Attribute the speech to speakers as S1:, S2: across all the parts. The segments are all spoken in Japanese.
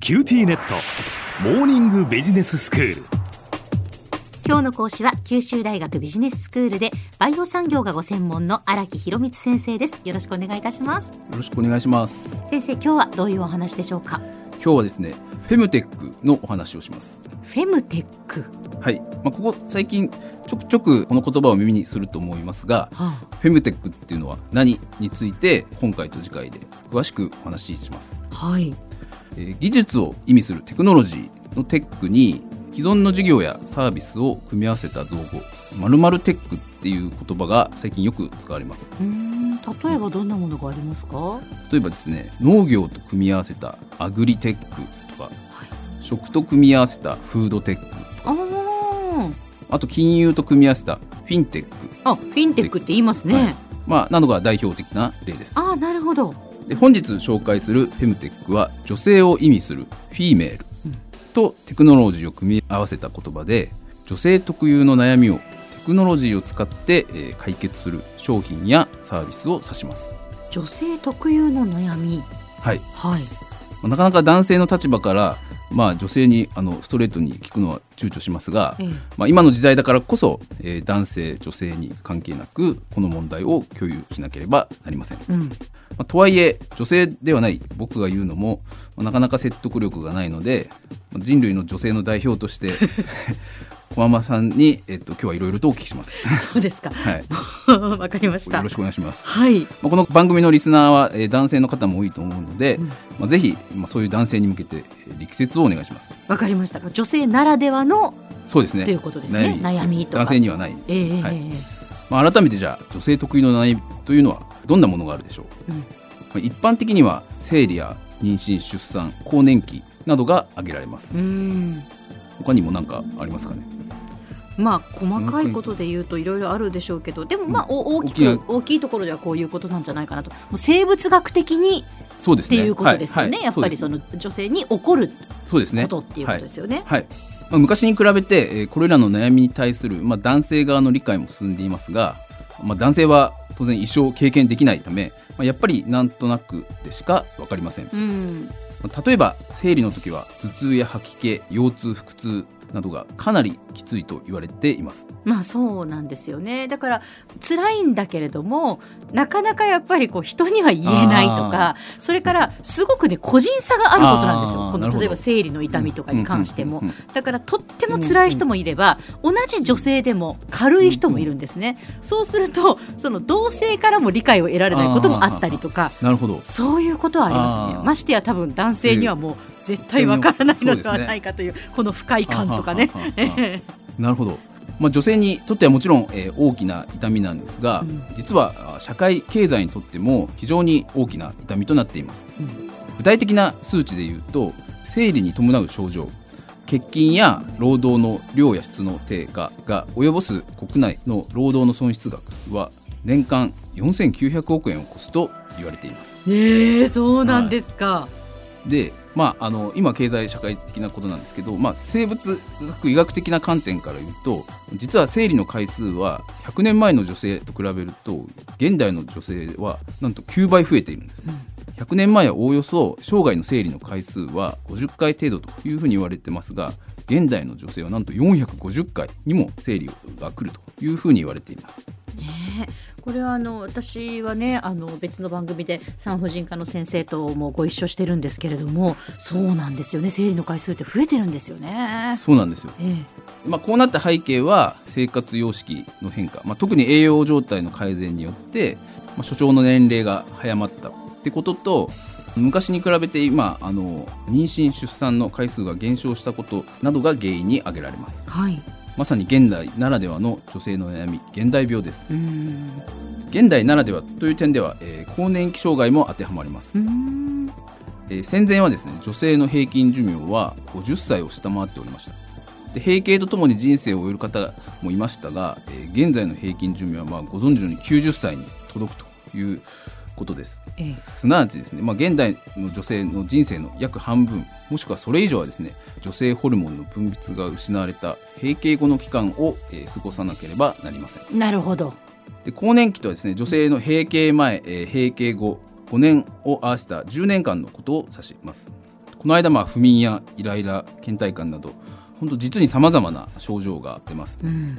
S1: キューティーネットモーニングビジネススクール
S2: 今日の講師は九州大学ビジネススクールでバイオ産業がご専門の荒木博光先生ですよろしくお願いいたします
S3: よろしくお願いします
S2: 先生今日はどういうお話でしょうか
S3: 今日はですねフェムテックのお話をします
S2: フェムテック
S3: はい、まあ、ここ最近ちょくちょくこの言葉を耳にすると思いますが
S2: はあ
S3: フェムテックっていうのは何について今回と次回で詳しくお話しします、
S2: はい
S3: えー技術を意味するテクノロジーのテックに既存の事業やサービスを組み合わせた造語〇〇テックっていう言葉が最近よく使われます
S2: うーん例えばどんなものがありますかは
S3: 例えばですね農業と組み合わせたアグリテックとか食と組み合わせたフードテック
S2: あー
S3: あと金融と組み合わせたフィンテック、
S2: あフィンテックって言いますね、
S3: はいまあ、などが代表的な例です
S2: ああなるほど
S3: で本日紹介するフェムテックは女性を意味するフィーメール
S2: うん
S3: とテクノロジーを組み合わせた言葉で女性特有の悩みをテクノロジーを使ってえー解決する商品やサービスを指します、
S2: 女性特有の悩み
S3: はい、
S2: はい
S3: まあなかなか男性の立場から、まあ、女性にあのストレートに聞くのは躊躇しますが
S2: え、え
S3: まあ、今の時代だからこそ、えー男性女性に関係なくこの問題を共有しなければなりません、ま
S2: うん
S3: あとはいえ女性ではない僕が言うのも、まあなかなか説得力がないのでまあ人類の女性の代表として 小浜さんに、えっと、今日はいろいろとお聞きします、
S2: そうですか
S3: はい、よ
S2: わかりました
S3: ろしくお願いします
S2: はい
S3: まあこの番組のリスナーは、えー男性の方も多いと思うので、
S2: うん
S3: まあ、ぜひ、まあ、そういう男性に向けてえー力説をお願いします
S2: わかりました女性ならではの
S3: そうですね
S2: ということですね悩みとか
S3: 男性にはない
S2: ええええ
S3: はい
S2: ええ
S3: まあ、改めてじゃあ女性特有の悩みというのはどんなものがあるでしょう、
S2: うん
S3: まあ一般的には生理や妊娠出産更年期などが挙げられます、
S2: うーん
S3: 他にも何かありますかね
S2: まあ細かいことで言うといろいろあるでしょうけどでもまあお大き
S3: 大
S2: く
S3: き
S2: 大きいところではこういうことなんじゃないかなともう生物学的に
S3: そうで
S2: っ
S3: す
S2: て
S3: ね
S2: いうことですよね、
S3: はいはい
S2: やっぱりその女性に起こる
S3: そうですね
S2: ことっていうことですよね。
S3: はいまあ、昔に比べて、えーこれらの悩みに対する、まあ、男性側の理解も進んでいますが、まあ、男性は当然一生経験できないため、まあ、やっぱりなんとなくでしか分かりません
S2: うん
S3: 例えば生理の時は頭痛や吐き気腰痛腹痛などがかなりきついと言われています
S2: まあそうなんですよねだから辛いんだけれどもなかなかやっぱりこう人には言えないとかそれからすごくね個人差があることなんです
S3: あ
S2: よ
S3: ー
S2: この
S3: なるほど
S2: 例えば生理の痛みとかに関しても
S3: うんうんうん
S2: だからとっても辛い人もいれば同じ女性でも軽い人もいるんですねそうするとその同性からも理解を得られないこともあったりとか
S3: うんなるほど
S2: そういうことはあります
S3: あ
S2: ね
S3: ー
S2: ましてや多分男性にはもう絶対わからないのではないかというこの不快感とかね。
S3: はあはあはあなるほど、まあ、女性にとってはもちろん、えー大きな痛みなんですが、
S2: うん
S3: 実はあ社会経済にとっても非常に大きな痛みとなっています
S2: うん
S3: 具体的な数値でいうと生理に伴う症状欠勤や労働の量や質の低下が及ぼす国内の労働の損失額は年間4900億円を超すと言われています
S2: ええそうなんですか。
S3: で、まあ、あの今経済社会的なことなんですけど、まあ、生物学医学的な観点から言うと実は生理の回数は100年前の女性と比べると現代の女性はなんと9倍増えているんです、100年前はおおよそ生涯の生理の回数は50回程度というふうに言われてますが現代の女性はなんと450回にも生理が来るというふうに言われています。
S2: ねえこれはあの私はねあの別の番組で産婦人科の先生ともご一緒してるんですけれどもそうなんですよね生理の回数って増えてるんですよね。
S3: そうなんですよ
S2: ええ
S3: まあ、こうなった背景は生活様式の変化、まあ、特に栄養状態の改善によって、まあ、所長の年齢が早まったってことと昔に比べて今あの妊娠出産の回数が減少したことなどが原因に挙げられます
S2: はい、
S3: まさに現代ならではの女性の悩み現代病です
S2: うん
S3: 現代ならではという点では、えー更年期障害も当てはまります
S2: うーん
S3: えー戦前はですね女性の平均寿命は50歳を下回っておりましたで閉経とともに人生を終える方もいましたが、えー現在の平均寿命はまあご存知のように90歳に届くということです
S2: ええ
S3: すなわちですね、まあ、現代の女性の人生の約半分もしくはそれ以上はですね女性ホルモンの分泌が失われた閉経後の期間を、えー過ごさなければなりません
S2: なるほど。
S3: で更年期とはですね女性の閉経前、えー閉経後5年を合わせた10年間のことを指しますここの間まあ不眠やイライラ倦怠感など本当実にさまざまな症状が出ます
S2: うん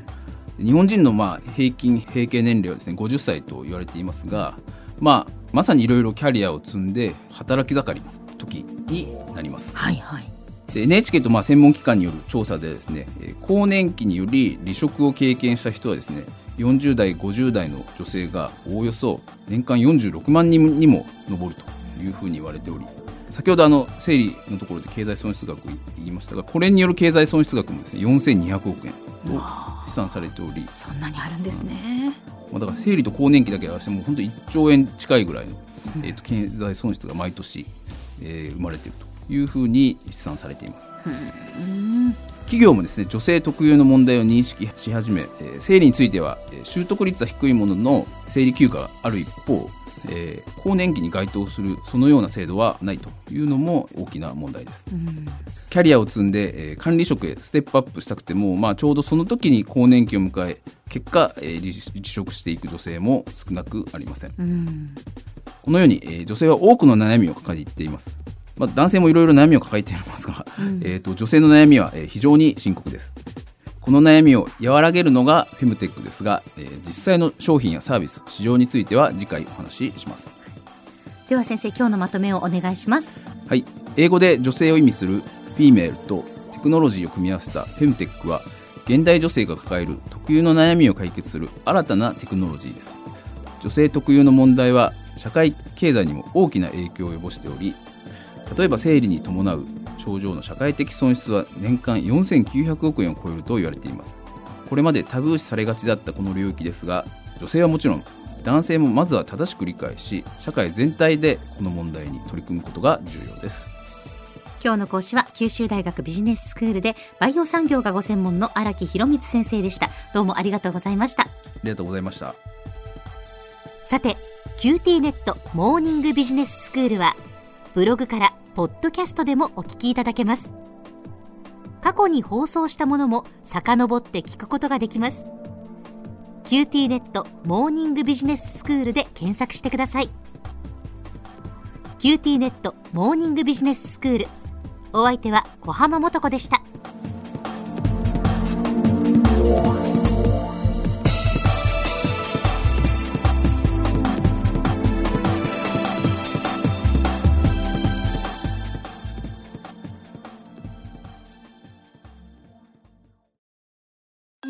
S3: 日本人のまあ平均平均年齢はですね50歳と言われていますが、まあ、まさにいろいろキャリアを積んで働き盛りの時になります
S2: はいはい
S3: で NHK とまあ専門機関による調査でですねえー更年期により離職を経験した人はですね40代50代の女性がおおよそ年間46万人にも上るというふうに言われており先ほどあの整理のところで経済損失額言いましたがこれによる経済損失額もですね4200億円と試算されており
S2: そんなにあるんですね
S3: まあ、だから生理と更年期だけ合わせてもう本当1兆円近いぐらいの、えー、と経済損失が毎年、えー生まれているというふうに試算されています。企業もですね女性特有の問題を認識し始め、えー生理については、えー習得率は低いものの生理休暇がある一方、えー更年期に該当するそのような制度はないというのも大きな問題です。キャリアを積んで、えー管理職へステップアップしたくても、まあ、ちょうどその時に更年期を迎え結果、えー離離職していく女性も少なくありません
S2: うん
S3: このように、えー女性は多くの悩みを抱えています、まあ、男性もいろいろ悩みを抱えていますが、えーと女性の悩みは、えー非常に深刻ですこの悩みを和らげるのがフェムテックですが、えー実際の商品やサービス市場については次回お話しします
S2: では先生今日のまとめをお願いします
S3: はい、英語で女性を意味するフィメールとテクノロジーを組み合わせたフェムテックは現代女性が抱える特有の悩みを解決する新たなテクノロジーです女性特有の問題は社会経済にも大きな影響を及ぼしており例えば生理に伴う症状の社会的損失は年間4900億円を超えると言われていますこれまでタブー視されがちだったこの領域ですが女性はもちろん男性もまずは正しく理解し社会全体でこの問題に取り組むことが重要です
S2: 今日の講師は九州大学ビジネススクールでバイオ産業がご専門の荒木博光先生でしたどうもありがとうございました
S3: ありがとうございました
S2: さて QT ネットモーニングビジネススクールはブログからポッドキャストでもお聞きいただけます過去に放送したものも遡って聞くことができます QT ネットモーニングビジネススクールで検索してください QT ネットモーニングビジネススクールお相手は小浜もとこでした
S4: キ